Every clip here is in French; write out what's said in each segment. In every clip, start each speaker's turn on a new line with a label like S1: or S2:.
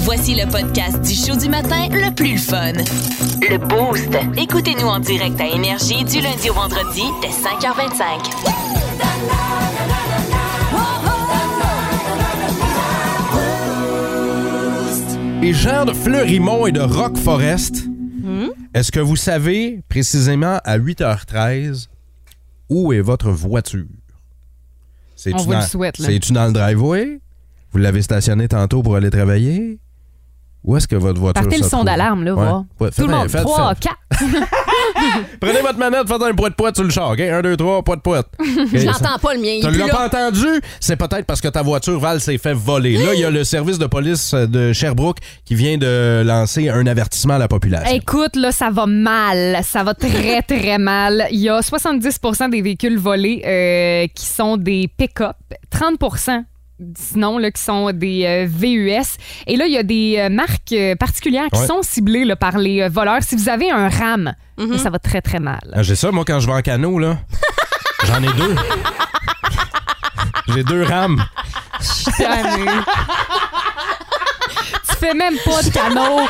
S1: Voici le podcast du show du matin le plus le fun. Le Boost. Écoutez-nous en direct à Énergie du lundi au vendredi dès 5h25.
S2: Les gens de Fleurimont et de Rock Forest,
S3: Hmm?
S2: est-ce que vous savez précisément à 8h13 où est votre voiture?
S3: On vous le souhaite, là.
S2: C'est-tu dans le driveway? Vous l'avez stationné tantôt pour aller travailler? Où est-ce que votre voiture
S3: Partez
S2: se
S3: le son
S2: trouve?
S3: d'alarme, là,
S2: Ouais.
S3: voir.
S2: Ouais,
S3: Tout
S2: faites
S3: le
S2: un-
S3: monde,
S2: faites-
S3: 3,
S2: faites-
S3: 4.
S2: Prenez votre manette, faites un poids de poids sur le char. OK? 1, 2, 3, poids de poids.
S4: Je l'entends pas le mien. Il
S2: Tu
S4: est
S2: l'as
S4: plus
S2: pas
S4: là.
S2: entendu? C'est peut-être parce que ta voiture, Val, s'est fait voler. Là, il y a le service de police de Sherbrooke qui vient de lancer un avertissement à la population.
S3: Écoute, là, ça va mal. Ça va très, très mal. Il y a 70 des véhicules volés euh, qui sont des pick-up, 30 sinon, là, qui sont des euh, VUS. Et là, il y a des euh, marques euh, particulières qui
S2: Ouais.
S3: sont ciblées là, par les euh, voleurs. Si vous avez un RAM, là, ça va très, très mal.
S2: Ah, J'ai ça, moi, quand je vais en canot, là. J'en ai deux. J'ai deux rames.
S3: Tannée. tu fais même pas de canot.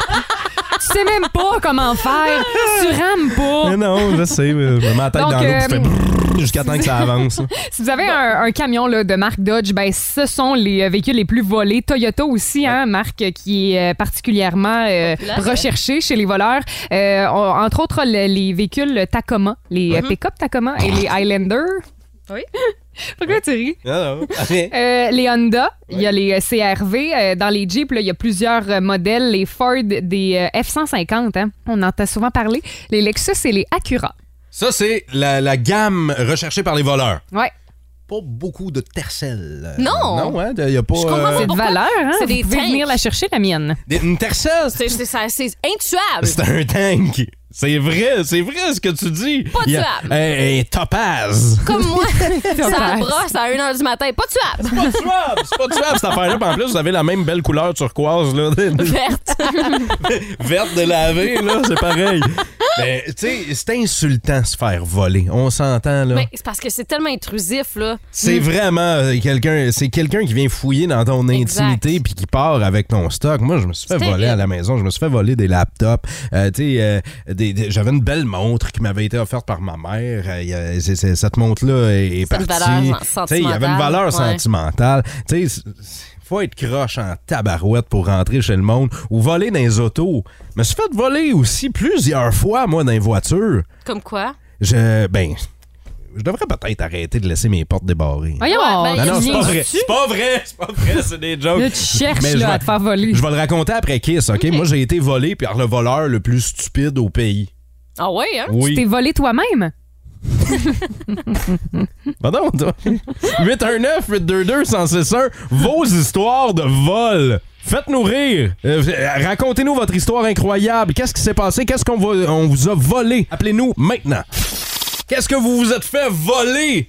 S3: Tu sais même pas comment faire. Tu rames pas.
S2: Mais non, je sais. mais Je mets ma tête
S3: Donc,
S2: dans l'eau puis je
S3: euh,
S2: fais brrr jusqu'à temps que ça avance.
S3: Si vous avez un, un camion là, de marque Dodge, ben, ce sont les euh, véhicules les plus volés. Toyota aussi, hein, marque euh, qui est euh, particulièrement euh, recherchée chez les voleurs. Euh, on- entre autres, le- les véhicules Tacoma, les euh, pick-up Tacoma et les Highlander.
S4: Mm-hmm. Oui.
S3: Pourquoi tu ris?
S2: Non, non. Allez.
S3: Euh, les Honda, il y a les euh, CRV. euh, dans les Jeeps, là, il y a plusieurs euh, modèles. Les Ford, des euh, F-150, hein, on en entend souvent parler. Les Lexus et les Acura.
S2: Ça, c'est la, la gamme recherchée par les voleurs.
S3: Ouais.
S2: Pas beaucoup de tercelles.
S4: Non.
S2: Non, hein? Il y a pas.
S4: Je comprends
S2: euh,
S3: C'est de
S4: pourquoi?
S3: valeur, hein?
S4: C'est
S3: Vous
S4: des
S3: pouvez
S4: tanks.
S3: venir la chercher, la mienne.
S2: des- une tercelle, c'est-
S4: C'est- C'est ça- c'est intuable.
S2: c'est un tank. C'est vrai, c'est vrai ce que tu dis.
S4: Pas
S2: Il y a-
S4: tuable.
S2: Un, un topaz.
S4: Comme moi, ça
S3: Topaz.
S4: brosse à 1h du matin. Pas tuable.
S2: Pas tuable, c'est pas tuable cette affaire-là. Puis En plus, vous avez la même belle couleur turquoise là,
S4: Verte. Ah,
S2: verte de laver, là, c'est pareil. Mais, Ben, tu sais, c'est insultant se faire voler. On s'entend, là.
S4: Mais c'est parce que c'est tellement intrusif, là.
S2: C'est vraiment euh, quelqu'un, c'est quelqu'un qui vient fouiller dans ton
S4: Exact.
S2: intimité puis qui part avec ton stock. Moi, je me suis fait
S4: C'est
S2: voler
S4: terrible.
S2: à la maison, je me suis fait voler des laptops. Euh, tu sais, euh, des- des- j'avais une belle montre qui m'avait été offerte par ma mère. Euh, il y a- c'est- c'est- cette montre-là est, est
S4: C'est une
S2: partie.
S4: valeur sen-
S2: Tu sais, il y avait une valeur
S4: sentimentale, ouais.
S2: sentimentale. Tu sais, c'est- c'est- faut être croche en tabarouette pour rentrer chez le monde ou voler dans les autos. Je me suis fait voler aussi plusieurs fois moi dans les voitures.
S4: Comme quoi?
S2: Je ben, je devrais peut-être arrêter de laisser mes portes débarrées.
S3: Voyons,
S4: Ouais, ben,
S2: Non, non, c'est pas
S3: viens-tu?
S2: vrai. C'est pas vrai, c'est pas vrai, c'est des jokes.
S3: Là, tu cherches
S2: Mais je
S3: là,
S2: vais-
S3: à te faire voler.
S2: Je vais le raconter après Kiss, OK? Moi, j'ai été volé par le voleur le plus stupide au pays.
S4: Ah ouais, hein?
S3: Tu t'es
S2: Oui.
S3: volé toi-même?
S2: Pardon, toi. 819 822 161 vos histoires de vol. Faites-nous rire. Euh, Racontez-nous votre histoire incroyable. Qu'est-ce qui s'est passé? Qu'est-ce qu'on va- on vous a volé? Appelez-nous maintenant. Qu'est-ce que vous vous êtes fait voler?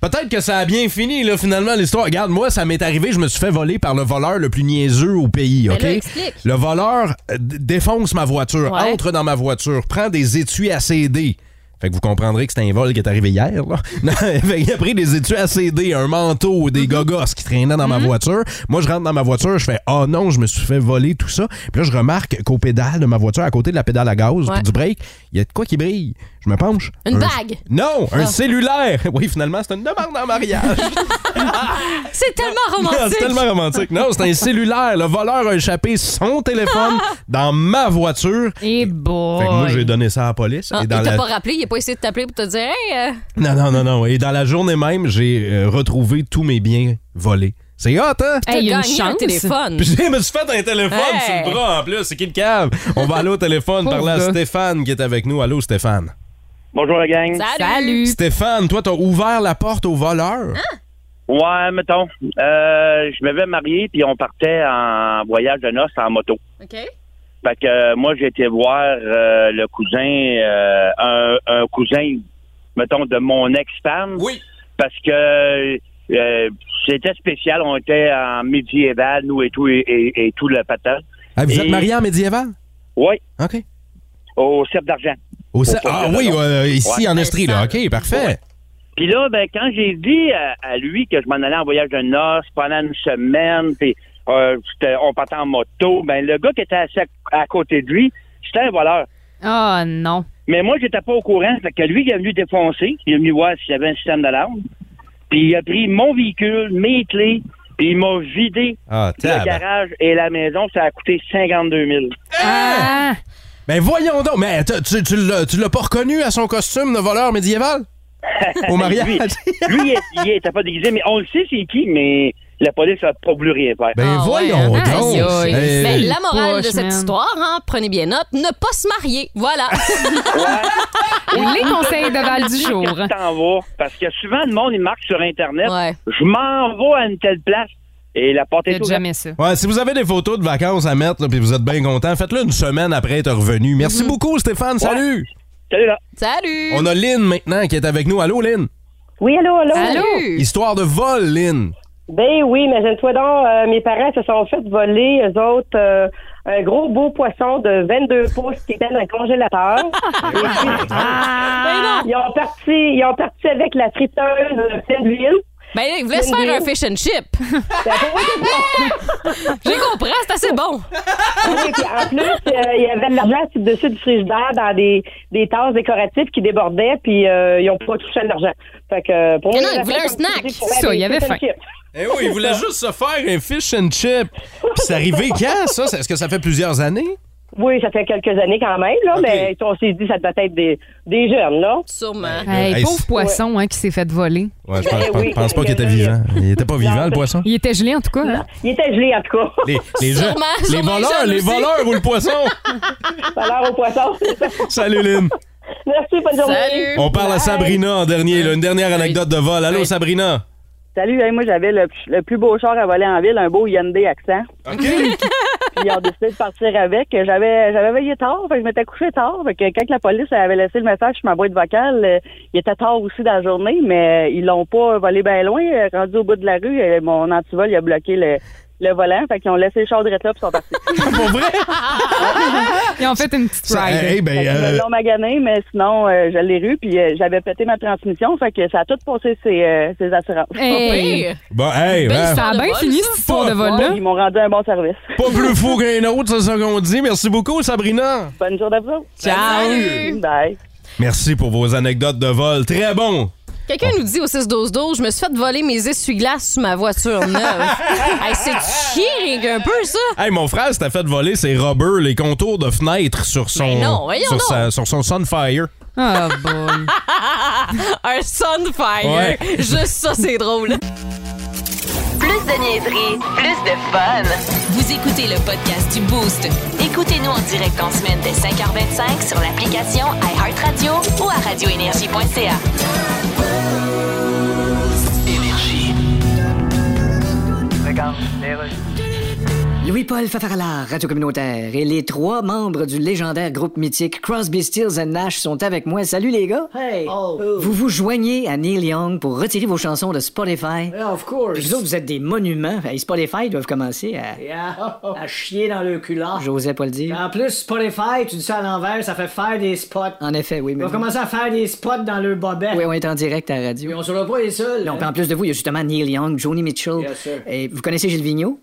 S2: Peut-être que ça a bien fini, là, finalement, l'histoire. Regarde, moi, ça m'est arrivé, je me suis fait voler par le voleur le plus niaiseux au pays,
S4: Mais
S2: OK?
S4: Ben là, explique.
S2: Le voleur euh, d- défonce ma voiture,
S4: Ouais.
S2: entre dans ma voiture, prend des étuis à CD. Fait que vous comprendrez que c'est un vol qui est arrivé hier, là. Non, fait qu'il a pris des étuis à CD, un manteau,
S4: Mm-hmm.
S2: des gogos qui traînaient dans ma voiture. Moi, je rentre dans ma voiture, je fais « Ah non, je me suis fait voler tout ça. » Puis là, je remarque qu'au pédale de ma voiture, à côté de la pédale à gaz,
S4: Ouais.
S2: puis du break, il y a de quoi qui brille. Je me penche.
S4: Une
S2: Un-
S4: bague. Ah.
S2: Non, un cellulaire. Oui, finalement, c'est une demande en mariage.
S4: C'est tellement
S2: Non,
S4: romantique.
S2: C'est tellement romantique. Non, c'est un cellulaire. Le voleur a échappé son téléphone dans ma voiture.
S3: Et bon.
S2: Fait que moi, j'ai donné ça à la police.
S4: Ah,
S2: et
S4: il
S2: dans
S4: t'a
S2: la...
S4: pas rappelé, il a pas essayé de t'appeler pour te dire Hey, euh,
S2: Non, non, non, non. Et dans la journée même, j'ai euh, retrouvé tous mes biens volés. C'est hot, hein?
S4: t'as
S3: Hey, il y a une
S4: gagné un
S3: chance.
S4: téléphone.
S2: Puis je me suis fait un téléphone
S4: Hey!
S2: sur le bras en plus. C'est qui le cave? On va aller au téléphone
S3: Pauvre
S2: parler à
S3: gars.
S2: Stéphane qui est avec nous. Allô, Stéphane.
S5: Bonjour la gang.
S4: Salut.
S3: Salut.
S2: Stéphane, toi, t'as ouvert la porte au voleur.
S5: Ouais, mettons. Euh, je me vais marier puis on partait en voyage de noces en moto.
S4: OK.
S5: Fait que euh, moi j'ai été voir euh, le cousin, euh, un, un cousin, mettons de mon ex-femme.
S2: Oui.
S5: Parce que euh, c'était spécial. On était en médiéval nous et tout et, et- et tout le patin.
S2: Ah, vous êtes
S5: Et-
S2: marié en médiéval?
S5: Oui,
S2: OK.
S5: au cercle d'argent.
S2: Au Cer-
S5: Au
S2: ah
S5: Cer-
S2: oui, euh, ici
S5: Ouais.
S2: en Estrie, là. OK, parfait.
S5: Puis là, ben, quand j'ai dit à, à lui que je m'en allais en voyage de noces pendant une semaine, puis euh, j'étais- on partait en moto. Ben, le gars qui était assis à, à côté de lui, c'était un voleur.
S3: Ah non.
S5: Mais moi, j'étais pas au courant. Fait que lui, il est venu défoncer. Il est venu voir s'il y avait un système d'alarme. Puis il a pris mon véhicule, mes clés, puis il m'a vidé
S2: Ah,
S5: le
S2: tabarnak.
S5: garage et la maison. Ça a coûté 52 000.
S2: Eh!
S3: Ah!
S2: Ben voyons donc, mais attends, tu, tu l'as tu l'as pas reconnu à son costume de voleur médiéval? Au
S5: Lui,
S2: mariage?
S5: lui, il est- il était pas déguisé, mais on le sait c'est qui, mais la police a pas voulu rien faire.
S2: Ben
S4: Ah,
S2: voyons
S4: ouais, hein?
S2: donc!
S3: Aïe,
S2: Eh,
S3: aïe.
S4: Ben, la morale
S3: Poche,
S4: de cette
S3: man.
S4: histoire, hein, prenez bien note, ne pas se marier. Voilà.
S3: Les conseils de Val du
S5: Qu'est-ce
S3: jour.
S5: que tu t'en vas? Parce que souvent, le monde, il marque sur Internet,
S4: ouais.
S5: je m'en vais à une telle place, et la porte est
S3: Faites
S5: ouverte.
S3: jamais ça.
S2: Ouais, si vous avez des photos de vacances à mettre, là, puis vous êtes bien content, faites-le une semaine après être revenu. Merci beaucoup, Stéphane. Salut!
S5: Salut, là.
S4: Mhm. Salut.
S2: On a Lynn maintenant qui est avec nous. Allô, Lynn?
S6: Oui, allô, allô.
S4: Salut.
S2: Histoire de vol, Lynn.
S6: Ben oui, imagine-toi donc, euh, mes parents se sont fait voler, eux autres, euh, un gros beau poisson de 22 pouces qui était dans le congélateur. Et puis, ils, ont parti, ils ont parti avec la friteuse pleine d'huile.
S4: Ben, il voulait se faire un fish and chip. J'ai compris, c'est assez bon.
S6: Oui, puis en plus, euh, il y avait de l'argent sur le dessus du frigidaire dans des, des tasses décoratives qui débordaient, puis euh, ils n'ont pas touché à l'argent. Fait que pour
S4: Mais
S6: moi,
S4: non, ils voulaient un snack.
S3: Ça, il y avait faim.
S2: Eh oui, il voulait juste se faire un fish and chip. Puis c'est arrivé quand, ça? Est-ce que ça fait plusieurs années?
S6: Oui, ça fait quelques années quand même, là,
S2: Ok.
S6: mais on s'est dit ça devait être des, des jeunes, là.
S4: Sûrement.
S3: Hey,
S2: Eh, Hey,
S3: pauvre
S2: c'est-
S3: poisson hein, qui s'est fait voler.
S2: Ouais, je pense,
S6: Eh oui.
S2: je pense pas qu'il était vivant. Il était pas vivant, le poisson.
S3: Il était gelé en tout cas. hein?
S6: Il était gelé, en tout cas.
S2: Les, les gens-
S4: Sûrement,
S2: les
S4: sûrement, les
S2: voleurs,
S4: jeunes
S2: les
S4: aussi.
S2: voleurs ou le poisson.
S6: Ça a l'air au poisson.
S2: Salut, Lynn.
S6: Merci, bonne journée.
S4: Salut.
S2: On parle à Sabrina en dernier, là, une dernière anecdote de vol. Allô, Sabrina.
S7: Salut, hey, moi j'avais le, le plus beau char à voler en ville, un beau Hyundai Accent.
S2: OK.
S7: Puis ils ont décidé de partir avec. J'avais j'avais veillé tard, fait que je m'étais couché tard. Fait que quand la police avait laissé le message sur ma boîte vocale, euh, il était tard aussi dans la journée, mais euh, ils l'ont pas volé bien loin. Euh, Rendu au bout de la rue, euh, mon antivol il a bloqué le, le volant. Fait qu'ils ont laissé le char direct là puis ils sont partis.
S2: Pour vrai?
S3: Ils ont fait une petite
S2: Ça,
S3: ride.
S2: eh, ben,
S7: Ils
S2: euh,
S7: me l'ont magané, mais sinon euh, je l'ai rue puis euh, j'avais pété ma transmission. Fait que ça a tout passé ses, euh, ses assurances.
S2: Eh,
S3: Hey,
S2: bon, hey,
S4: Ben,
S2: hein,
S3: ça a
S4: de
S3: bien
S4: vol,
S3: fini
S4: ça.
S3: cette histoire de vol-là.
S7: Ils m'ont rendu un bon service.
S2: pas plus fou qu'un autre, c'est ça qu'on dit. Merci beaucoup, Sabrina.
S7: Bonne journée à vous autres.
S4: Salut.
S7: Bye.
S2: Merci pour vos anecdotes de vol. Très bon.
S4: Quelqu'un nous dit au 6-12-12, je me suis fait voler mes essuie-glaces sur ma voiture neuve. hey, c'est chier un peu, ça.
S2: Hey, mon frère s'était fait voler ses rubbers, les contours de fenêtres sur son,
S4: Mais Ben non, voyons
S2: sur,
S4: donc.
S2: sa- sur son Sunfire.
S3: Ah, boy.
S4: Un sunfire.
S2: Ouais.
S4: Juste ça, c'est drôle.
S1: Plus de niaiserie, plus de fun. Vous écoutez le podcast du Boost. Écoutez-nous en direct en semaine dès 5h25 sur l'application iHeartRadio ou à radioénergie.ca.
S8: Louis-Paul Fafarala, Radio Communautaire, et les trois membres du légendaire groupe mythique Crosby, Stills and Nash sont avec moi. Salut les gars! Hey! Vous vous joignez à Neil Young pour retirer vos chansons de Spotify. of course! Vous autres, vous êtes des monuments. Hey, Spotify doivent commencer à... à chier dans le culotte. J'osais pas le dire. En plus, Spotify, tu dis ça à l'envers, ça fait faire des spots. En effet, oui, mais... On va commencer à faire des spots dans le bobet. Oui, on est en direct à la radio. Mais on sera pas les seuls. Non, puis en plus de vous, il y a justement Neil Young, Joni Mitchell. Et vous connaissez Gilles Vigneault?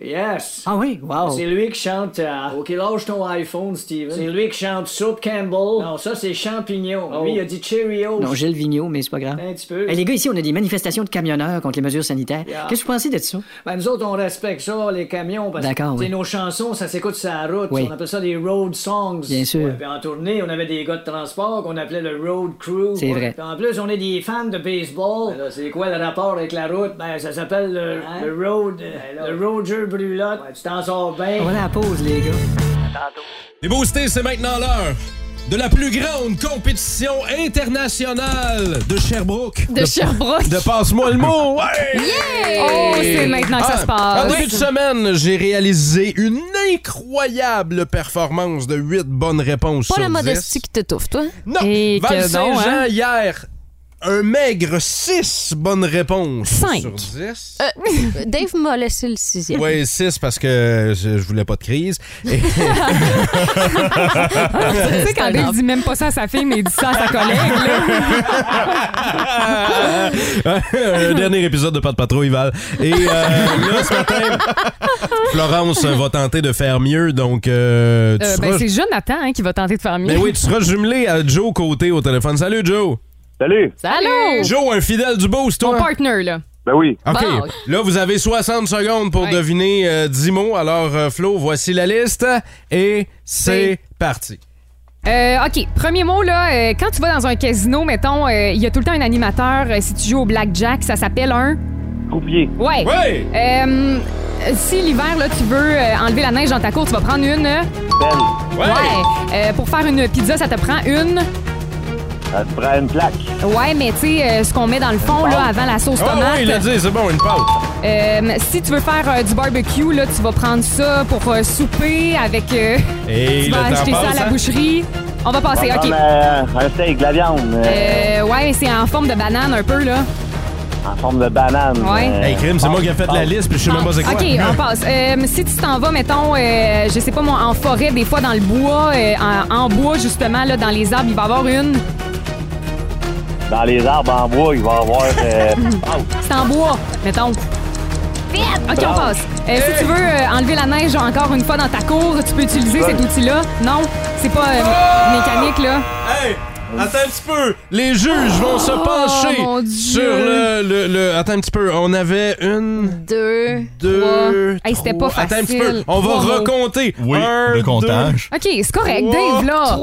S9: Yes.
S8: Ah oui, wow!
S9: C'est lui qui chante. euh, Oh. Ok, lâche ton iPhone, Steven. C'est lui qui chante Soup Campbell. Non, ça, c'est Champignon. Lui, il a dit Cheerios.
S8: Non, Gilles Vigneault, mais c'est pas grave.
S9: Un petit peu.
S8: Hey, les gars, ici, on a des manifestations de camionneurs contre les mesures sanitaires. Qu'est-ce que vous pensez de ça?
S9: Ben, nous autres, on respecte ça, les camions, parce
S8: D'accord,
S9: que
S8: oui.
S9: c'est nos chansons, ça s'écoute sur la route.
S8: Oui.
S9: On appelle ça des road songs.
S8: Bien sûr.
S9: Ouais, puis en tournée, on avait des gars de transport qu'on appelait le road crew.
S8: C'est vrai.
S9: Puis en plus, on est des fans de baseball. Ben là, c'est quoi le rapport avec la route? Ben, ça s'appelle le, le road. euh, le Roger Brulotte. tu t'en sors bien.
S8: On a la pause, les gars.
S2: Les boostés, c'est maintenant l'heure de la plus grande compétition internationale de Sherbrooke.
S4: De Sherbrooke.
S2: De passe-moi le mot! Ouais!
S3: Oh, c'est maintenant que ça
S2: Ah,
S3: se
S2: En début de
S3: passe.
S2: semaine, j'ai réalisé une incroyable performance de 8 bonnes réponses
S4: Pas
S2: sur
S4: la
S2: 10.
S4: modestie qui t'étouffe, toi.
S2: Non,
S3: Et que
S2: Val Saint-Jean
S3: non, hein?
S2: hier, un maigre 6 bonnes réponses.
S4: Cinq.
S2: Sur 10.
S4: Euh, Dave m'a laissé le sixième.
S2: Oui, 6 parce que je, je voulais pas de crise. Et-
S3: Tu sais, quand Dave dit même pas ça à sa fille, mais il dit ça à sa collègue, là.
S2: euh, un dernier épisode de Pas de Patrouille, Val. Et euh, là, ce matin, Florence va tenter de faire mieux. Donc, euh, tu
S3: Euh,
S2: seras...
S3: ben, c'est Jonathan hein, qui va tenter de faire mieux.
S2: Mais Ben oui, tu seras jumelé à Joe Côté au téléphone. Salut, Joe.
S5: Salut.
S3: Allô?
S2: Joe, un fidèle du boost,
S3: Ton
S2: toi.
S3: partner, là.
S5: Ben oui.
S2: OK.
S4: Bon.
S2: Là, vous avez 60 secondes pour
S3: Ah, Ouais.
S2: deviner euh, 10 mots. Alors, euh, Flo, voici la liste. Et c'est parti.
S3: Euh, OK, premier mot, là, euh, quand tu vas dans un casino, mettons, euh, il y a tout le temps un animateur. euh, si tu joues au blackjack, ça s'appelle un...
S5: Coupier.
S3: Ouais.
S2: Ouais!
S3: Euh, si l'hiver, là, tu veux euh, enlever la neige dans ta cour, tu vas prendre une... euh,
S5: Ben.
S2: Ouais!
S3: Euh, pour faire une pizza, ça te prend une...
S5: Ça te euh, prend une plaque.
S3: Ouais, mais tu sais, euh, ce qu'on met dans le fond, là, avant la sauce
S2: Ah
S3: tomate.
S2: oui, il a dit, c'est bon, une pâte.
S3: Euh, si tu veux faire euh, du barbecue, là, tu vas prendre ça pour euh, souper avec... euh,
S2: Et
S3: tu vas
S2: le temps
S3: acheter ça à
S2: passe,
S3: la
S2: hein? ben,
S3: boucherie. On va passer, OK.
S5: Comme euh, un steak, de la viande, euh,
S3: Euh, ouais, mais c'est en forme de banane un peu, là.
S5: en forme de banane.
S3: Ouais.
S5: euh,
S2: Hey, Crime, c'est moi qui ai fait la liste, puis je sais même pas c'est quoi.
S3: Ah. OK, on passe. Euh, si tu t'en vas, mettons, euh, je sais pas moi, en forêt, des fois dans le bois, euh, en, en bois, justement, là, dans les arbres, il va y avoir une.
S5: Dans les arbres en bois, il va y avoir. euh, oh,
S3: C'est en bois, mettons. OK, on passe. Euh, Si tu veux euh, enlever la neige encore une fois dans ta cour, tu peux utiliser cet outil-là. Non, c'est pas euh,
S2: Oh!
S3: mécanique, là.
S2: Hey! Attends un petit peu! Les juges vont se pencher
S3: Oh, mon Dieu.
S2: sur le, le, le- Attends un petit peu. On avait une,
S4: Deux.
S2: deux.
S3: Hey, c'était
S2: trois.
S3: pas
S2: Attends un petit peu.
S3: facile.
S2: On va
S3: Trois mots.
S2: recompter.
S10: Oui,
S2: Un,
S10: le
S2: deux,
S10: comptage.
S3: OK, c'est correct.
S2: Trois.
S3: Dave, là.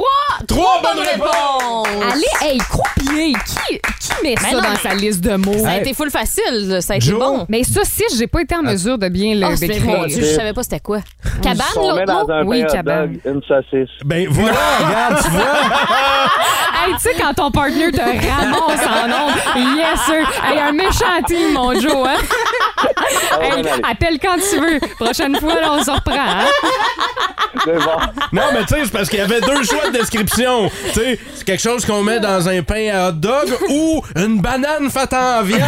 S2: Trois bonnes réponses!
S3: Allez, hey, croupier, qui, qui met ça
S4: non,
S3: dans
S4: mais-
S3: sa liste de mots?
S4: Ça a
S2: Hey. Ah.
S4: été full facile, là. ça a été
S2: Joe?
S4: bon.
S3: Mais ça, si j'ai pas été en mesure de bien le
S4: Oh, c'est mon Dieu,
S3: décrire.
S4: je savais pas c'était quoi. Cabane,
S5: on met dans
S4: l'autre
S5: un
S4: mot?
S3: Oh, Oui,
S5: pain hot
S3: cabane.
S5: dog, une saucisse.
S2: Ben voilà, regarde, tu vois.
S3: Hey, tu sais, quand ton partner te ramasse en ondes, yes, sir. Hey, un méchant team, mon Joe, hein?
S5: Ah, ouais,
S3: Hey,
S5: ben, allez,
S3: appelle quand tu veux. Prochaine fois, là, on se reprend, hein?
S5: c'est bon.
S2: Non, mais tu sais, c'est parce qu'il y avait deux choix de description. Tu sais, c'est quelque chose qu'on met dans un pain à hot dog ou une banane faite en viande.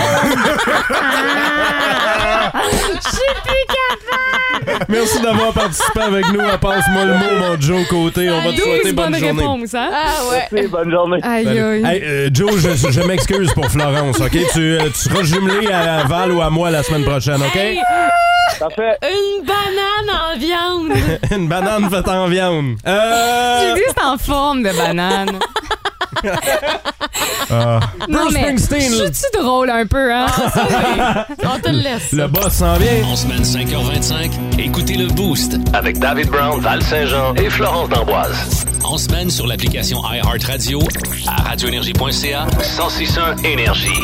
S2: Merci d'avoir participé avec nous à Passe-moi le mot, mon Joe Côté. On va te souhaiter
S3: 12 bonnes
S2: bonne journée.
S3: réponses, hein?
S4: Ah ouais.
S5: Merci, bonne journée.
S3: Aïe,
S2: Salut.
S3: aïe.
S2: Hey, euh, Joe, je, je m'excuse pour Florence, OK? Tu, euh, tu seras jumelé à Val ou à moi la semaine prochaine, OK?
S5: Parfait.
S4: Une banane en viande.
S2: Une banane faite en viande.
S3: Tu
S2: Euh...
S3: dis c'est en forme de banane. Non,
S2: Ah. Bruce
S3: mais
S2: Springsteen.
S3: je suis-tu drôle un peu, hein?
S4: On te le laisse.
S2: Le boss s'en vient.
S11: En semaine 5h25, écoutez le Boost.
S12: Avec David Brown, Val Saint-Jean et Florence D'Amboise.
S11: En semaine sur l'application iHeartRadio à radioénergie.ca.
S12: 1061 Énergie.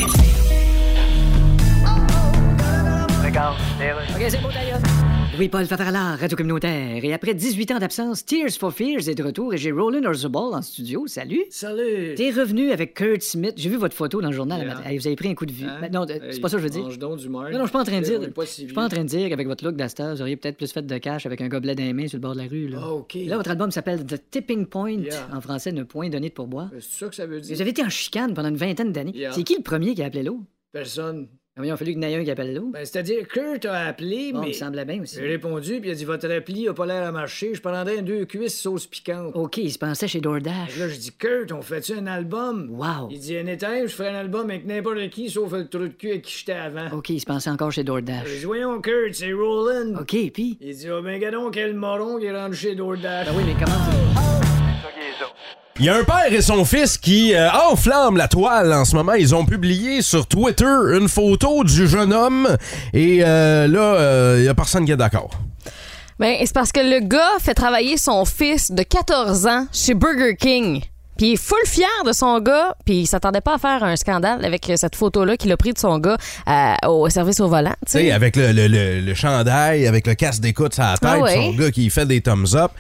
S8: Louis-Paul Favarala, Radio Communautaire. Et après 18 ans d'absence, Tears for Fears est de retour et j'ai Roland Orzabal en studio. Salut!
S9: Salut.
S8: T'es revenu avec Kurt Smith. J'ai vu votre photo dans le journal le
S9: Yeah.
S8: matin. Hey, vous avez pris un coup de vue.
S9: Hein?
S8: Mais Non, euh, c'est
S9: Hey,
S8: pas ça que je veux dire.
S9: mange donc du beurre.
S8: Non, non, je suis pas en train de dire.
S9: On est pas
S8: Je
S9: si
S8: suis
S9: vieux.
S8: pas en train de dire qu'avec votre look d'Astor, vous auriez peut-être plus fait de cash avec un gobelet dans les mains sur le bord de la rue. Là,
S9: Ah, OK.
S8: Et là votre album s'appelle The Tipping Point.
S9: Yeah.
S8: En français, ne point donner de pourboire.
S9: Ben, C'est ça que ça veut
S8: Vous
S9: dire?
S8: avez été en chicane pendant une vingtaine d'années.
S9: Yeah.
S8: C'est qui le premier qui a appelé l'eau?
S9: Personne.
S8: Ah, voyons, Il a fallu qu'il y en ait un qui appelle l'eau.
S9: Ben, c'est-à-dire, Kurt a appelé,
S8: Bon, il me
S9: mais.
S8: semblait bien aussi.
S9: J'ai répondu, puis il a dit Votre appli a pas l'air à marcher, je prendrais un deux cuisses sauce piquante.
S8: OK, il se pensait chez
S9: Fait
S8: DoorDash.
S9: que Là, je dis Kurt, on fait-tu un album
S8: Wow.
S9: Il dit Anytime, je ferai un album avec n'importe qui, sauf le trou de cul avec qui j'étais avant.
S8: OK, il se pensait encore chez
S9: Je dis
S8: DoorDash.
S9: Voyons, Kurt, c'est Roland.
S8: OK, puis.
S9: Il dit Oh, ben, gadon, quel moron qui est rendu chez DoorDash.
S8: Ben oui, mais comment ça?
S2: Il y a un père et son fils qui euh, enflamment la toile en ce moment. Ils ont publié sur Twitter une photo du jeune homme et euh, là, euh, il y a personne qui est d'accord.
S4: Ben, c'est parce que le gars fait travailler son fils de 14 ans chez Burger King. Puis il est full fier de son gars, puis il s'attendait pas à faire un scandale avec euh, cette photo-là qu'il a pris de son gars euh, au service au volant. tu
S2: Tu sais,
S4: sais.
S2: avec le, le- le- le chandail, avec le casque d'écoute sur la tête,
S4: Ah ouais.
S2: son gars qui fait des thumbs up.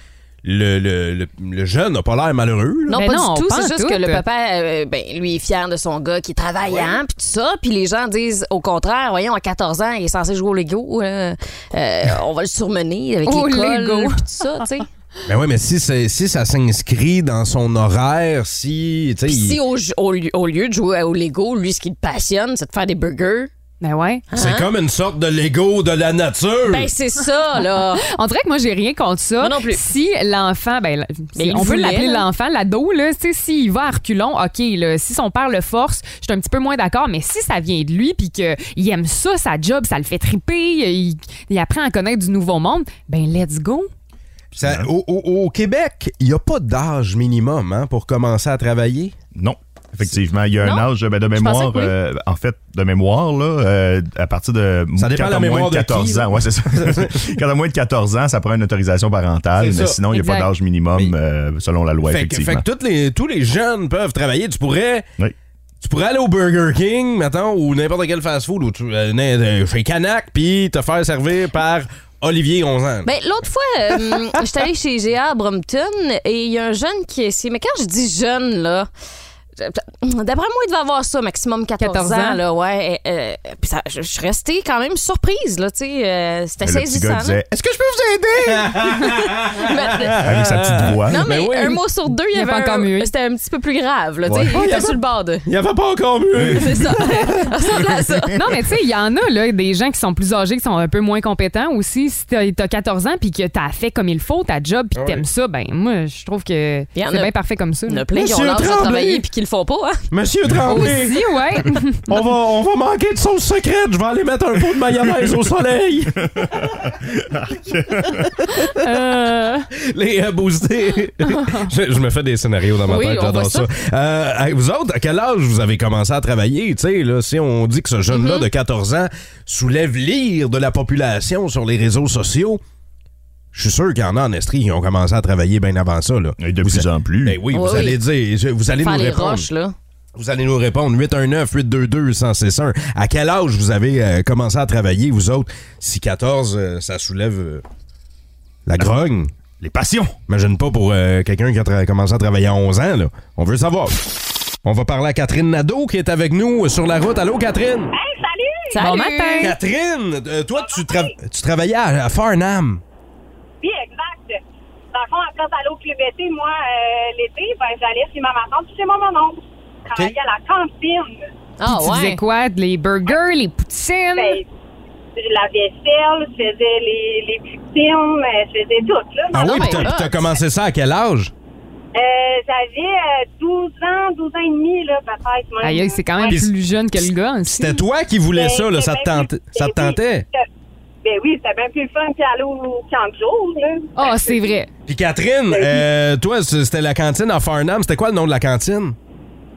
S2: Le, le- le- le jeune n'a pas l'air malheureux. là.
S4: Non,
S3: Ben
S4: pas
S3: non,
S4: du tout.
S3: pas en
S4: C'est juste
S3: tout.
S4: que le papa, euh, ben, lui, est fier de son gars qui est travaillant, puis tout ça. Puis les gens disent, au contraire, voyons, à 14 ans, il est censé jouer au Lego. euh, euh, on va le surmener avec
S3: Au
S4: l'école,
S3: Lego.
S4: puis tout ça, tu sais.
S2: Ben oui, mais si, c'est- si ça s'inscrit dans son horaire, si. tu sais,
S4: Puis
S2: il-
S4: si au, ju- au lieu- au lieu de jouer au Lego, lui, ce qui le passionne, c'est de faire des burgers.
S3: Ben ouais.
S2: C'est comme une sorte de Lego de la nature.
S4: Hein? Ben, c'est ça, là.
S3: On dirait que moi, j'ai rien contre ça.
S4: Moi non plus.
S3: Si l'enfant, ben, la-
S4: Mais
S3: si-
S4: il
S3: on peut
S4: voulait,
S3: l'appeler
S4: là.
S3: l'enfant, l'ado, là, tu sais, s'il va à reculons, OK, là, si son père le force, je suis un petit peu moins d'accord, mais si ça vient de lui, puis qu'il aime ça, sa job, ça le fait triper, il, il apprend à connaître du nouveau monde, ben, let's go.
S2: Ça- au, au- au Québec, il n'y a pas d'âge minimum hein, pour commencer à travailler.
S10: Non. Effectivement, il y a un
S2: Non?
S10: âge ben, de
S2: Je pensais
S10: mémoire,
S2: que oui.
S10: euh, en fait, de mémoire, là, euh, à partir de
S2: Ça dépend de la
S10: moins
S2: mémoire
S10: de
S2: de
S10: 14
S2: qui, là.
S10: ans. Ouais, c'est ça. quand à moins de 14 ans, ça prend une autorisation parentale,
S2: C'est
S10: mais
S2: ça.
S10: sinon, il n'y a pas
S2: Exact.
S10: d'âge minimum euh, selon la loi,
S2: fait, que-
S10: effectivement.
S2: fait que toutes les, tous les jeunes peuvent travailler. Tu pourrais. Tu pourrais aller au Burger King, mettons, ou n'importe quel fast-food, ou tu- euh, na- euh, chez Canac, puis te faire servir par Olivier, 11 ans.
S4: Ben, l'autre fois, euh, j'étais allée chez GA à Brompton et il y a un jeune qui est ici. Mais quand je dis jeune, là, je- d'après moi, il devait avoir ça, maximum 14,
S3: 14
S4: ans.
S3: ans.
S4: Là, ouais, Et, euh, puis ça- je, je suis restée quand même surprise, là, tu sais. euh, C'était
S10: Mais le petit
S4: saisissant.
S10: gars
S4: là.
S10: disait, Est-ce
S4: que je peux vous aider?
S10: Avec sa petite voix.
S4: euh, Non, mais
S10: Ben oui.
S4: un mot sur deux, il y
S3: Il a
S4: avait
S3: pas encore
S4: un-
S3: mué.
S4: C'était un petit peu plus grave, là, tu sais.
S3: Ouais.
S4: Il
S3: Il a
S4: était
S3: pas-
S4: sur le bord de...
S2: Il n'y avait pas encore mieux.
S4: C'est ça. Ça ressemble à ça.
S3: Non, mais tu sais, il y en a, là, des gens qui sont plus âgés, qui sont un peu moins compétents aussi. Si t'as t'as 14 ans, puis que t'as fait comme il faut ta job, puis que t'aimes ça, ben, moi, je trouve que
S4: Ah Il y en
S3: c'est
S4: a-
S3: bien parfait comme ça.
S4: Il y en a plein qui ont l'âge de travailler puis qui le font pas, hein?
S2: Monsieur Tremblay.
S3: Aussi, ouais.
S2: on, va, on va manquer de sauce secrète. Je vais aller mettre un pot de mayonnaise au soleil. Les euh, boostés. je, je me fais des scénarios dans ma
S13: Oui,
S2: tête,
S13: on voit
S2: j'adore
S13: ça.
S2: ça. Euh, à- vous autres, à quel âge vous avez commencé à travailler? Tu sais, là, si on dit que ce jeune-là de 14 ans soulève l'ire de la population sur les réseaux sociaux, je suis sûr qu'il y en a en Estrie qui ont commencé à travailler bien avant ça. Là. de plus en plus. Ben oui,
S4: Oui,
S2: vous
S4: oui.
S2: allez dire, je- vous allez
S4: Faire
S2: nous
S4: les
S2: répondre.
S4: roches, là.
S2: Vous allez nous répondre 819-822-1061. À quel âge vous avez euh, commencé à travailler, vous autres? Si 14, euh, ça soulève euh, la grogne. Les passions. Imagine pas pour euh, quelqu'un qui a tra- commencé à travailler à 11 ans. Là. On veut savoir. On va parler à Catherine Nadeau qui est avec nous euh, sur la route. Allô, Catherine?
S14: Salut!
S2: Bon matin! Catherine, euh, toi, tu, tra- tu travaillais à, à Farnham.
S14: Oui, exact. Dans le fond, à place d'aller au club été, moi, euh, l'été, ben, j'allais chez ma maman puis chez mon oncle. Je travaillais à la cantine.
S4: Ah,
S3: Puis tu faisais quoi? Les burgers, les poutines?
S14: Ben, la vaisselle, je faisais les, les poutines, euh, je faisais tout. Là,
S2: Ah
S14: Non,
S2: oui,
S14: mais
S2: puis t'as-
S14: là,
S2: puis t'as commencé ça à quel âge?
S14: euh, J'avais euh, 12 ans, 12 ans et demi, là, peut-être. même.
S3: Aïe, aïe, c'est quand même
S14: Ouais.
S3: plus jeune que le gars. hein, aussi.
S2: C'était toi qui voulais
S14: Ben,
S2: ça, là, ça te
S14: c'était bien
S2: tentait? Ça te tentait?
S14: Ben oui, c'était bien plus le fun qu'aller au camp de jour.
S3: Ah, c'est vrai.
S2: Puis Catherine, euh, toi, c- c'était la cantine à Farnham. C'était quoi le nom de la cantine?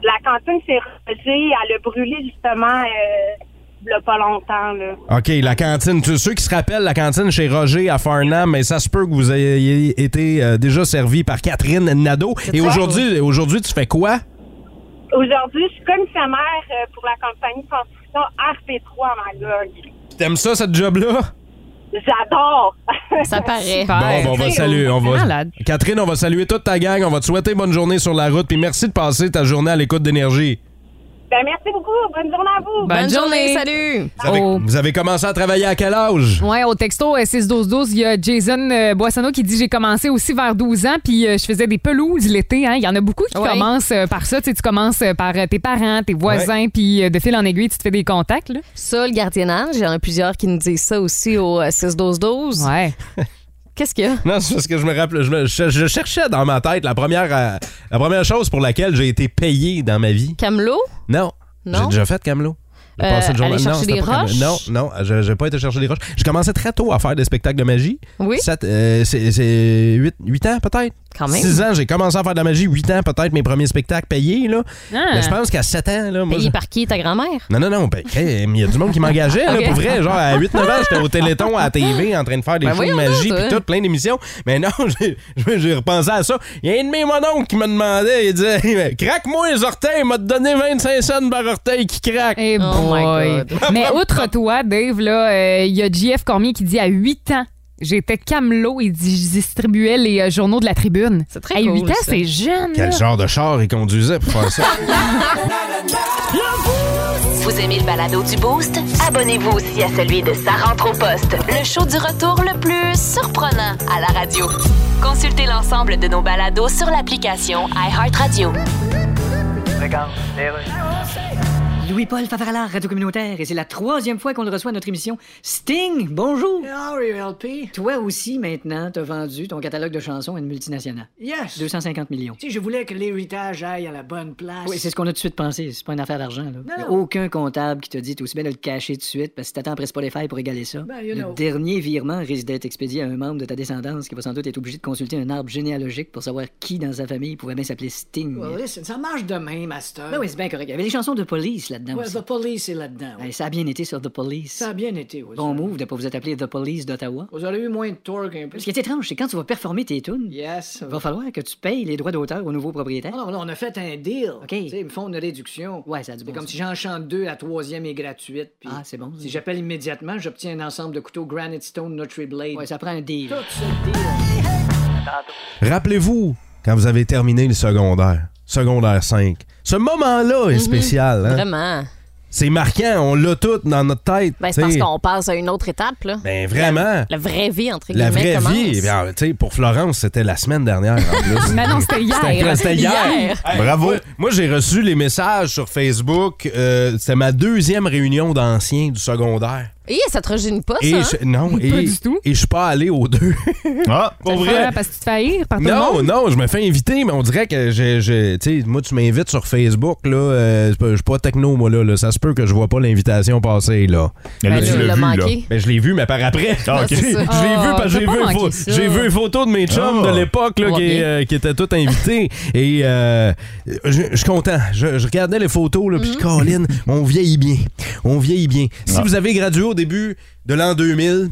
S14: La cantine s'est relevée, elle a brûlé justement euh, il y a pas longtemps. Là.
S2: OK, la cantine. Tu- ceux qui se rappellent, la cantine chez Roger à Farnham, mais ça se peut que vous ayez été euh, déjà servi par Catherine Nadeau. Et
S14: ça,
S2: aujourd'hui, aujourd'hui, tu fais quoi?
S14: Aujourd'hui, je suis commissionnaire euh, pour la compagnie de construction RP3 à Magog.
S2: T'aimes ça, cette job-là?
S14: J'adore! Ça
S4: paraît.
S2: Bon, ben, on va saluer. On va... Catherine, on va saluer toute ta gang. On va te souhaiter bonne journée sur la route. Puis merci de passer ta journée à l'écoute d'énergie.
S14: Ben, merci beaucoup. Bonne journée à vous.
S3: Bonne journée.
S4: Salut.
S2: Vous avez,
S3: Oh.
S2: vous avez commencé à travailler à quel âge?
S3: Ouais, au texto euh, 6-12-12, il y a Jason euh, Boissonneau qui dit J'ai commencé aussi vers 12 ans, puis euh, je faisais des pelouses l'été. hein. Il y en a beaucoup qui
S4: Ouais.
S3: commencent euh, par ça. Tu sais, tu commences euh, par euh, tes parents, tes voisins, puis euh, de fil en aiguille, tu te fais des contacts. Là.
S4: Ça, le gardiennage, il y en a plusieurs qui nous disent ça aussi au euh, 6-12-12.
S3: Ouais.
S4: Qu'est-ce qu'il y a?
S2: Non, c'est parce que je me rappelle, je, me- je- je cherchais dans ma tête la première, euh, la première chose pour laquelle j'ai été payé dans ma vie.
S4: Camelot?
S2: Non.
S4: Non?
S2: J'ai déjà fait Camelot. J'ai
S4: Euh,
S2: passé une journée-
S4: aller chercher
S2: c'était
S4: des
S2: pas Camelot.
S4: roches?
S2: Non, non, je- j'ai pas été chercher des roches. J'ai commencé très tôt à faire des spectacles de magie.
S4: Oui.
S2: Sept, euh, c'est 8, ans peut-être.
S4: Quand même.
S2: 6 ans, j'ai commencé à faire de la magie. 8 ans peut-être mes premiers spectacles payés. Là.
S4: Ah.
S2: Mais je pense qu'à 7 ans. Là, moi,
S4: Payé
S2: je-
S4: par qui? Ta grand-mère?
S2: Non, non, non. ben, crème, Il y a du monde qui m'engageait. là,
S4: Ok.
S2: Pour vrai, genre à 8-9 ans, j'étais au Téléthon à la TV en train de faire des
S4: Ben
S2: shows de
S4: voyons
S2: magie
S4: donc,
S2: puis
S4: toi.
S2: tout, plein d'émissions. Mais non, j'ai- j'ai j'ai repensé à ça. Il y a un de mes mononques qui me demandait, il disait ben, Craque-moi les orteils, il m'a donné 25 cents par orteil qui craque.
S3: Eh
S4: Oh
S3: boy. Mais outre toi, Dave, là, euh, il y a JF Cormier qui dit à 8 ans, j'étais camelot et dis- je distribuais les euh, journaux de la tribune. C'est
S4: très
S3: À 8
S4: cool,
S3: ans,
S4: ça.
S3: c'est jeune.
S2: Quel
S3: là.
S2: genre de char il conduisait pour faire ça?
S1: Vous aimez le balado du Boost? Abonnez-vous aussi à celui de Sa rentre au poste, le show du retour le plus surprenant à la à la radio. Consultez l'ensemble de nos balados sur l'application iHeartRadio.
S8: Louis-Paul Favarala, Radio Communautaire, et c'est la troisième fois qu'on le reçoit à notre émission. Sting, bonjour!
S9: How are you, LP?
S8: Toi aussi, maintenant, t'as vendu ton catalogue de chansons à une multinationale.
S9: Yes.
S8: 250 millions.
S9: Tu sais, je voulais que l'héritage aille à la bonne place.
S8: Oui, c'est ce qu'on a tout de suite pensé. C'est pas une affaire d'argent, là. Y a
S9: non.
S8: aucun comptable qui te dit t'es aussi bien de le cacher tout de suite parce que si t'attends après Spotify pour égaler ça.
S9: Ben, you
S8: le
S9: know.
S8: dernier virement risque d'être expédié à un membre de ta descendance qui va sans doute être obligé de consulter un arbre généalogique pour savoir qui dans sa famille pourrait bien s'appeler Sting.
S9: Well, listen, ça marche demain, Master.
S8: Ben oui, c'est bien correct. Il y avait les chansons de police là-dedans
S9: Ouais,
S8: aussi.
S9: The Police est là-dedans.
S8: Ben, ça a bien été sur The Police.
S9: Ça a bien été, oui.
S8: Bon move de pas vous être appelé The Police d'Ottawa.
S9: Vous aurez eu moins de torque un peu.
S8: Ce qui est étrange, c'est quand tu vas performer tes tunes,
S9: Yes.
S8: il va falloir que tu payes les droits d'auteur au nouveau propriétaire.
S9: Non, non, Ah, on a fait un deal.
S8: Hein? OK.
S9: Tu sais, ils me font une réduction.
S8: Ouais, ça a du
S9: C'est
S8: bon
S9: comme
S8: sens.
S9: si j'en chante deux, la troisième est gratuite. puis
S8: Ah, c'est bon. ça.
S9: Si j'appelle immédiatement, j'obtiens un ensemble de couteaux Granite Stone Nutri Blade.
S8: Ouais, ça prend un deal.
S9: Tout ce deal.
S2: Rappelez-vous, quand vous avez terminé le secondaire, secondaire 5, ce moment-là est spécial. hein?
S4: Mhm. Vraiment.
S2: C'est marquant, on l'a tout dans notre tête.
S4: Ben, c'est parce
S2: t'sais.
S4: qu'on passe à une autre étape, là.
S2: Ben, vraiment.
S4: La vraie vie, entre
S2: La
S4: guillemets,
S2: vraie
S4: commence.
S2: vie, ben, tu sais, pour Florence, c'était la semaine dernière. en plus.
S3: Mais non, c'était hier.
S2: C'était- C'était hier.
S4: Hier.
S2: Hey, Bravo. Moi, moi, j'ai reçu les messages sur Facebook. euh, c'était ma deuxième réunion d'anciens du secondaire.
S4: Et ça te rajeunit pas, ça?
S2: Et
S4: hein?
S2: je, non, et,
S3: Ah, Pas du tout.
S2: et je suis pas allé aux deux.
S10: Ah,
S2: Pour
S3: Ouais,
S2: vrai.
S3: parce que tu te fais haïr par tout le
S2: Non,
S3: monde.
S2: non, je me fais inviter, mais on dirait que j'ai, j'ai- tu sais, moi, tu m'invites sur Facebook, là. euh, c'est pas- je suis pas techno, moi, là, là. Ça se peut que je vois pas l'invitation passer, là.
S10: mais là,
S4: Ben,
S10: tu
S4: tu
S10: l'as
S4: l'as
S10: vu, là.
S4: manqué.
S2: Ben, je l'ai vu, mais par après.
S10: Ah, OK.
S2: Je l'ai vu
S4: ça.
S3: Ah,
S2: parce que
S3: t'as
S2: j'ai
S3: pas
S2: vu, une
S3: manqué
S2: pho-
S3: ça.
S2: j'ai vu une photo de mes chums
S10: Ah.
S2: de l'époque là,
S4: Ouais,
S2: qui,
S4: bien.
S2: euh, qui étaient tous invités. Et euh, je je suis content. Je, je regardais les photos, là, puis Colin, on vieillit bien. On vieillit bien. Si
S10: Ah.
S2: vous avez gradué au début de l'an 2000,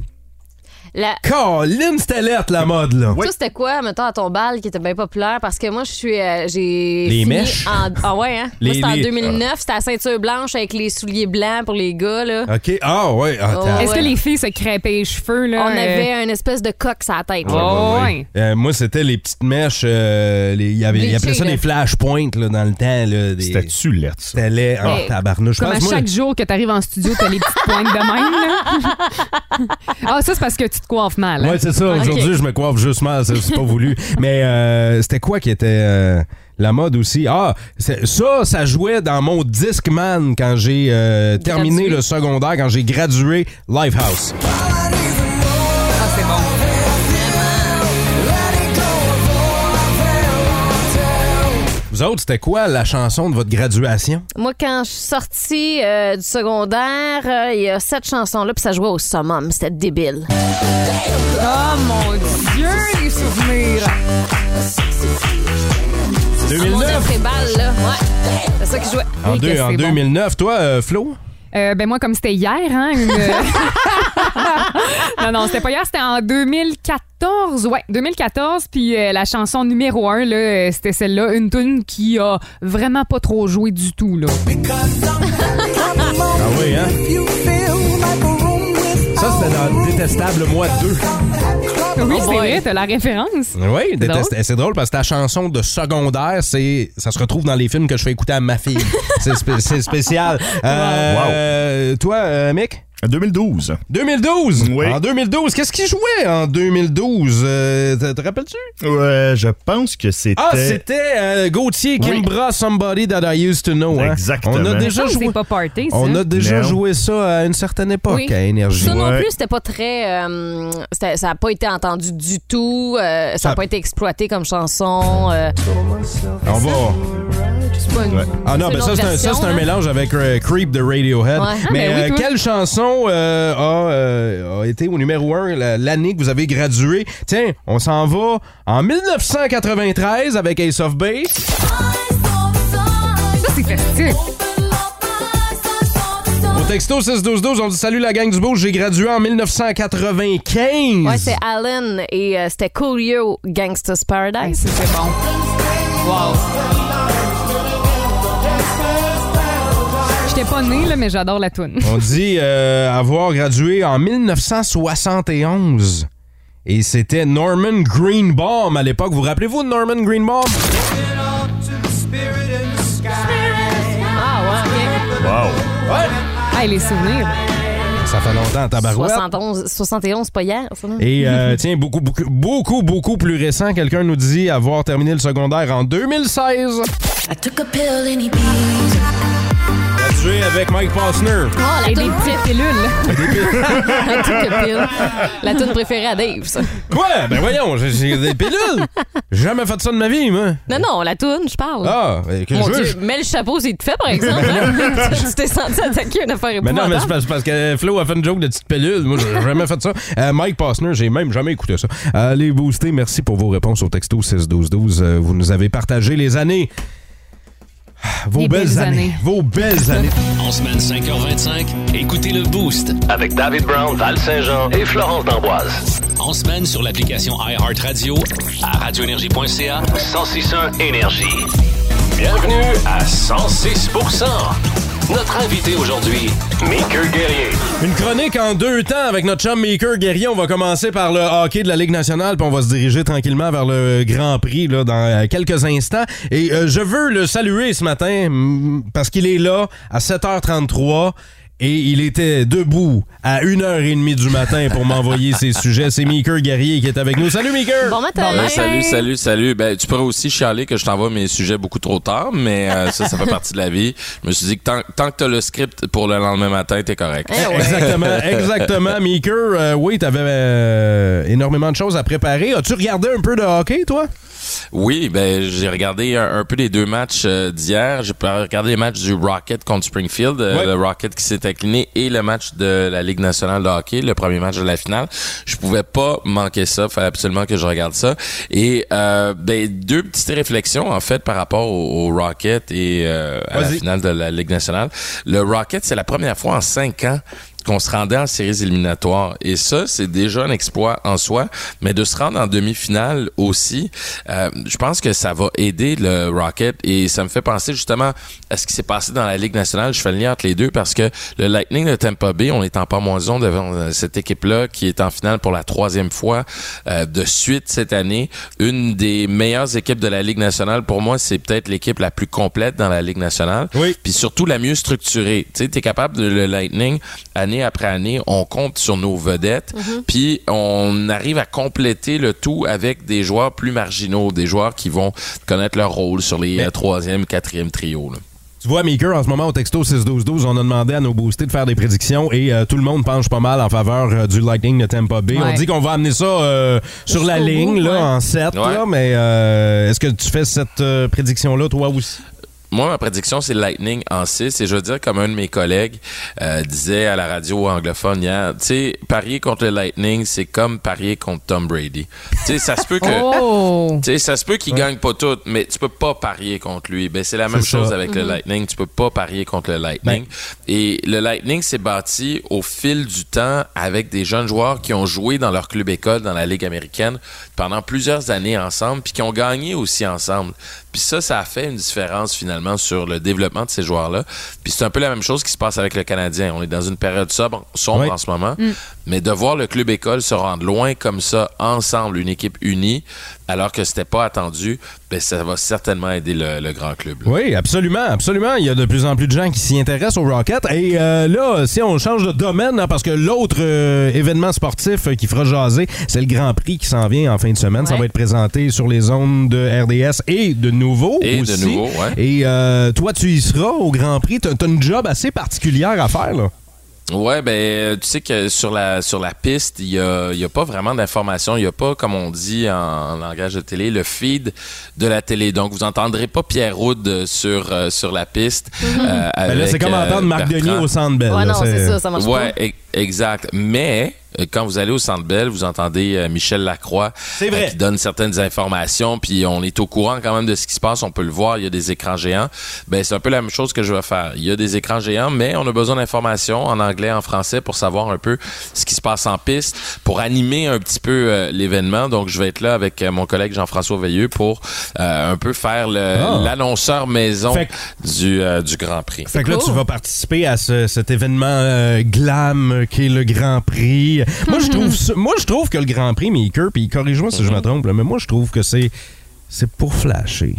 S4: La-
S2: Colin, c'était l'alerte, la mode. Là.
S10: Oui.
S4: Toi, c'était quoi, mettons, à ton bal qui était bien populaire? Parce que moi, je suis. euh, j'ai
S2: Les
S4: fini
S2: mèches?
S4: En... Ah ouais, hein?
S2: Les-
S4: moi,
S2: les-
S4: c'était en 2009. C'était la ceinture blanche avec les souliers blancs pour les gars, là.
S2: OK. Ah, ouais. Ah,
S4: Oh,
S2: t'as-
S3: Est-ce
S4: ouais.
S3: que les filles se crêpaient les cheveux, là?
S4: On
S3: euh,
S4: avait un espèce de coq sur la
S2: Ah
S4: tête.
S3: Ouais,
S4: là.
S3: ouais, ouais.
S2: Euh, moi, c'était les petites mèches. euh, les- il y avait, ils
S4: Bleachées,
S2: appelaient ça
S4: là.
S2: des flashpoints là, dans le temps. Là, des...
S10: C'était-tu lettre, ça?
S2: C'était laid. Ah,
S4: Ouais.
S2: tabarnouche. Je
S3: Comme à
S2: pense, moi,
S3: chaque jour que t'arrives en studio, t'as les petites pointes de même. là. ah, ça, c'est parce que tu te coiffes mal. hein.
S2: Ouais, c'est ça. Aujourd'hui, je me coiffe juste mal. ça, C'est pas voulu. Mais euh, c'était quoi qui était euh, la mode aussi? Ah, c'est- ça, ça jouait dans mon Discman quand j'ai euh, terminé le secondaire, quand j'ai gradué Lifehouse.
S4: Ah,
S2: Vous autres, c'était quoi la chanson de votre graduation?
S4: Moi, quand je suis sortie euh, du secondaire, euh, il y a cette chanson-là, puis ça jouait au summum. C'était débile.
S3: Oh mon Dieu, les souvenirs!
S2: 2009?
S4: C'est balle, là. Ouais. C'est ça qui jouait.
S2: En,
S4: Oui,
S2: deux-
S4: que
S2: en
S4: c'est bon.
S2: 2009, toi, euh, Flo?
S3: Euh, ben moi, comme c'était hier, hein, une- non, non, c'était pas hier, c'était en 2014. Ouais, 2014. Puis euh, la chanson numéro un, là, euh, c'était celle-là, une tune qui a vraiment pas trop joué du tout, là.
S2: Ah oui, hein? Ça, c'était dans Détestable Moi 2.
S3: Oui, c'est
S4: boy.
S3: vrai, t'as la référence.
S2: Oui, déteste-
S3: Drôle.
S2: c'est drôle parce que ta chanson de secondaire, c'est ça se retrouve dans les films que je fais écouter à ma fille. c'est spé- c'est spécial. Euh, Toi, euh, Mick?
S10: 2012.
S2: 2012!
S10: Oui.
S2: En 2012, qu'est-ce qu'il jouait en 2012? Euh, te te rappelles-tu?
S10: Ouais, je pense que c'était.
S2: Ah, c'était euh, Gauthier Kimbra, Somebody That I Used to Know. hein.
S10: Exactement.
S2: On a
S3: Ça,
S2: déjà joué.
S3: c'est pas party, ça.
S2: On a déjà
S10: Non.
S2: joué ça à une certaine époque
S4: Oui.
S2: à Énergie.
S4: Ça non
S10: Ouais.
S4: plus, c'était pas très. euh, c'était- ça n'a pas été entendu du tout. euh, ça
S2: Ça-
S4: n'a pas été exploité comme chanson. euh,
S2: On va.
S4: c'est pas une-
S10: Ouais.
S2: Ah non,
S4: c'est une autre
S2: ben ça, c'est un, ça,
S4: version,
S2: c'est un
S4: là.
S2: mélange avec euh, Creep de Radiohead.
S4: Ouais. Ah,
S2: Mais
S3: ben oui,
S2: euh,
S3: toi.
S2: quelle chanson euh, a, euh, a été au numéro 1 l'année que vous avez gradué? Tiens, on s'en va en 1993 avec Ace of Base.
S3: Ça, c'est festif.
S2: Au texto 61212, on dit Salut la gang du beau, j'ai gradué en 1995.
S4: Ouais, c'est Allen et euh, c'était Coolio Gangsta's
S3: Hey,
S4: Paradise.
S3: ça, c'est bon. Wow. J'étais pas née, là, mais j'adore la toune.
S2: on dit euh, avoir gradué en 1971. Et c'était Norman Greenbaum à l'époque. Vous rappelez-vous de Norman Greenbaum?
S4: Ah ouais, ok.
S10: Wow.
S2: Ouais.
S3: Hey, les souvenirs.
S2: ça fait longtemps, tabarouette.
S4: 71, 71 pas hier, ça, non?
S2: Et euh, tiens, beaucoup, beaucoup, beaucoup, beaucoup plus récent, quelqu'un nous dit avoir terminé le secondaire en 2016. Gradué avec Mike Posner.
S4: Oh, la
S3: Et
S4: toune-
S3: des petites
S4: Un truc de pile. La toune préférée à Dave, ça.
S2: Quoi? Ben voyons, j'ai- j'ai des pilules. J'ai jamais fait ça de ma vie, moi.
S4: Non, non, la toune, je parle.
S2: Ah, ben, que
S4: Mon
S2: je veux,
S4: Dieu,
S2: je-
S4: mets le chapeau s'il te fait, par exemple. hein? tu t'es senti attaquer une affaire
S2: Mais non, mais c'est
S4: épouvantable.
S2: parce- parce que Flo a fait une joke de petite pilule. Moi, j'ai jamais fait ça. Euh, Mike Passner, j'ai même jamais écouté ça. Euh, les boostés, merci pour vos réponses au texto 6-12-12. Euh, vous nous avez partagé les années. Ah, Vos
S11: Les
S2: belles,
S11: belles
S2: années.
S11: années.
S2: Vos belles années.
S11: En semaine 5h25, écoutez le Boost.
S12: Avec David Brown, Val Saint-Jean et Florence D'Amboise.
S11: En semaine sur l'application iHeartRadio à radioénergie.ca.
S12: 1061 Énergie. Bienvenue à 106
S9: Ah!
S12: Notre invité aujourd'hui, Maker Guerrier.
S2: Une chronique en deux temps avec notre chum Maker Guerrier. On va commencer par le hockey de la Ligue nationale, puis on va se diriger tranquillement vers le Grand Prix là, dans euh, quelques instants. Et euh, je veux le saluer ce matin mm, parce qu'il est là à 7h33. Et il était debout à 1h30 du matin pour m'envoyer ses sujets. C'est Maker Guerrier qui est avec nous. Salut Maker!
S4: Bon matin.
S13: Euh, salut, salut, salut. Ben, tu pourrais aussi chialer que je t'envoie mes sujets beaucoup trop tard, mais euh, ça, ça fait partie de la vie. Je me suis dit que tant, tant que t'as le script pour le lendemain matin, t'es correct.
S2: Eh, Exactement, exactement. Maker, euh, oui, t'avais euh, énormément de choses à préparer. As-tu regardé un peu de hockey, toi?
S13: Oui, ben j'ai regardé un, un peu les deux matchs euh, d'hier. J'ai pas- regardé les matchs du Rocket contre Springfield, euh,
S2: Ouais.
S13: le Rocket qui s'est incliné et le match de la Ligue nationale de hockey, le premier match de la finale. Je pouvais pas manquer ça, fallait absolument que je regarde ça. Et euh, ben deux petites réflexions en fait par rapport au, au Rocket et euh, à la
S2: Vas-y.
S13: finale de la Ligue nationale. Le Rocket, c'est la première fois en cinq ans qu'on se rendait en séries éliminatoires. Et ça, c'est déjà un exploit en soi. Mais de se rendre en demi-finale aussi, euh, je pense que ça va aider le Rocket. Et ça me fait penser justement à ce qui s'est passé dans la Ligue nationale. Je fais le lien entre les deux parce que le Lightning de Tampa Bay, on est en pamoison devant euh, cette équipe-là qui est en finale pour la troisième fois euh, de suite cette année. Une des meilleures équipes de la Ligue nationale, pour moi, c'est peut-être l'équipe la plus complète dans la Ligue nationale. Oui. Puis surtout la mieux structurée. Tu sais, t'es capable de le Lightning, année après année, on compte sur nos vedettes, puis on arrive à compléter le tout avec des joueurs plus marginaux, des joueurs qui vont connaître leur rôle sur les euh, troisième, quatrième trio. là.
S2: Tu vois, Maker, en ce moment, au texto 6-12-12, on a demandé à nos boostés de faire des prédictions et euh, tout le monde penche pas mal en faveur euh, du Lightning de Tampa Bay. On
S13: Ouais.
S2: dit qu'on va amener ça euh, sur la
S13: Jusqu'au
S2: ligne,
S13: bout,
S2: là,
S13: ouais.
S2: en 7, là, mais euh, est-ce que tu fais cette euh, prédiction-là, toi aussi?
S13: Moi, ma prédiction, c'est Lightning en 6. Et je veux dire, comme un de mes collègues euh, disait à la radio anglophone hier, tu sais, parier contre le Lightning, c'est comme parier contre Tom Brady. Tu sais, ça se peut que.
S3: Oh!
S13: Tu sais, ça se peut qu'il gagne pas tout, mais tu peux pas parier contre lui. Ben, c'est la même
S2: ça. Ben.
S13: chose avec le
S2: Mhm.
S13: Lightning. Tu peux pas parier contre le Lightning. Et le Lightning s'est bâti au fil du temps avec des jeunes joueurs qui ont joué dans leur club école dans la Ligue américaine pendant plusieurs années ensemble, puis qui ont gagné aussi ensemble. Puis ça, ça a fait une différence finalement sur le développement de ces joueurs-là. Puis c'est un peu la même chose qui se passe avec le Canadien. On est dans une période sobre, sombre
S2: Ouais.
S13: en ce moment.
S2: Mm.
S13: Mais de voir le club école se rendre loin comme ça, ensemble, une équipe unie, alors que c'était pas attendu, ben ça va certainement aider le, le grand club. là.
S2: Oui, absolument, absolument. Il y a de plus en plus de gens qui s'y intéressent au Rocket. Et euh, là, si on change de domaine, hein, parce que l'autre euh, événement sportif euh, qui fera jaser, c'est le Grand Prix qui s'en vient en fin de semaine. Ça va être présenté sur les zones de RDS et de nouveau
S13: Et de
S2: aussi.
S13: nouveau, ouais.
S2: Et euh, toi, tu y seras au Grand Prix. T'as t'as une job assez particulière à faire, là.
S13: Ouais, ben euh, tu sais que sur la sur la piste, il y a, il y a pas vraiment d'informations, il y a pas comme on dit en, en langage de télé le feed de la télé. Donc vous entendrez pas Pierre Roud sur euh, sur la piste. euh,
S2: Ben là,
S13: avec,
S2: c'est comme
S13: euh,
S2: entendre Marc
S13: Bertrand.
S2: Denis au Centre Bell. là.
S13: Ouais, e- exact. Mais euh, quand vous allez au Centre Bell, vous entendez euh, Michel Lacroix euh,
S2: vrai.
S13: qui donne certaines informations, puis on est au courant quand même de ce qui se passe, on peut le voir, il y a des écrans géants. Ben c'est un peu la même chose que je vais faire. Il y a des écrans géants, mais on a besoin d'informations en anglais, en français pour savoir un peu ce qui se passe en piste, pour animer un petit peu euh, l'événement. Donc je vais être là avec euh, mon collègue Jean-François Veilleux pour euh, un peu faire le-
S2: Ah.
S13: l'annonceur maison
S2: Fait
S13: du, euh, du Grand Prix.
S2: Fait que là, tu vas participer à ce- cet événement euh, glam euh, qui est le Grand Prix. Moi, je trouve ça- moi, je trouve que le Grand Prix Maker, puis corrige-moi si je
S13: Mm-hmm.
S2: me trompe, là, mais moi, je trouve que c'est c'est pour flasher.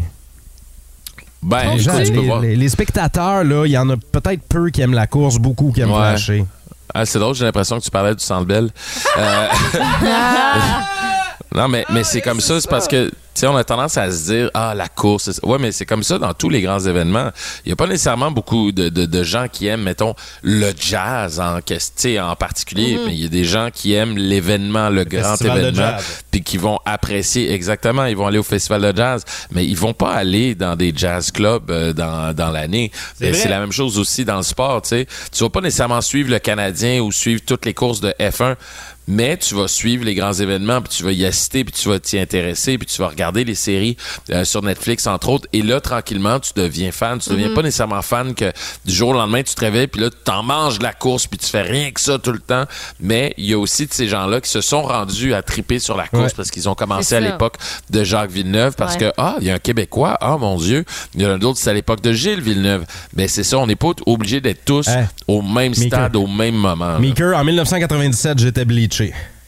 S13: Ben,
S2: les, gens,
S13: écoute, tu peux
S2: les-
S13: voir.
S2: les- les spectateurs, là, il y en a peut-être peu qui aiment la course, beaucoup qui aiment
S13: Ouais.
S2: flasher.
S13: Ah, c'est drôle, j'ai l'impression que tu parlais du Centre Bell. Euh, non, mais, mais c'est comme ça, c'est parce que, tu sais, on a tendance à se dire, ah, la course. c'est ça. Ouais, mais c'est comme ça dans tous les grands événements. Il n'y a pas nécessairement beaucoup de, de- de gens qui aiment, mettons, le jazz en, ques- tu sais, en particulier.
S15: Mhm.
S13: Mais il y a des gens qui aiment l'événement, le grand
S15: festival de
S13: événement,
S15: jazz.
S13: puis qui vont apprécier exactement. Ils vont aller au festival de jazz, mais ils vont pas aller dans des jazz clubs euh, dans, dans l'année.
S15: C'est
S13: Ben,
S15: vrai.
S13: C'est la même chose aussi dans le sport. Tu sais, tu vas pas nécessairement suivre le Canadien ou suivre toutes les courses de F1. Mais tu vas suivre les grands événements, puis tu vas y assister, puis tu vas t'y intéresser, puis tu vas regarder les séries euh, sur Netflix, entre autres. Et là, tranquillement, tu deviens fan. Tu deviens
S15: Mhm.
S13: pas nécessairement fan que du jour au lendemain, tu te réveilles, puis là, tu t'en manges de la course, puis tu fais rien que ça tout le temps. Mais il y a aussi de ces gens-là qui se sont rendus à triper sur la course
S15: Ouais.
S13: parce qu'ils ont commencé
S15: C'est
S13: à
S15: ça.
S13: l'époque de Jacques Villeneuve parce
S15: Ouais.
S13: que, ah, il y a un Québécois, ah, mon Dieu. Il y en a d'autres, c'est à l'époque de Gilles Villeneuve. Mais c'est ça, on n'est pas obligé d'être tous
S2: Hein?
S13: au même
S2: Meeker.
S13: stade, au même moment. là.
S2: Meeker, en 1997, j'étais bleaché.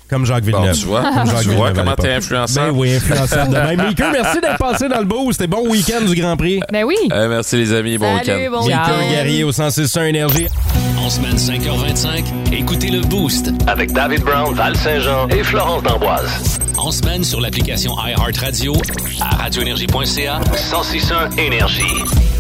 S2: Comme Jacques
S13: Bon,
S2: Villeneuve.
S13: tu vois,
S2: Comme
S13: tu
S2: Jacques
S13: vois
S2: Villeneuve à
S13: comment
S2: l'époque.
S13: t'es influençable.
S2: Ben oui, influençable. de même. Meeker, merci d'être passé dans le beau. C'était bon week-end du Grand Prix.
S3: Ben oui.
S13: Euh, merci les amis, bon
S3: Salut,
S13: week-end.
S3: bon
S2: Meeker Guerrier au 106.1 Énergie.
S11: En semaine 5h25, écoutez le Boost.
S12: Avec David Brown, Val Saint-Jean et Florence D'Amboise.
S11: En semaine sur l'application iHeartRadio, à radioénergie.ca.
S12: 1061 Énergie.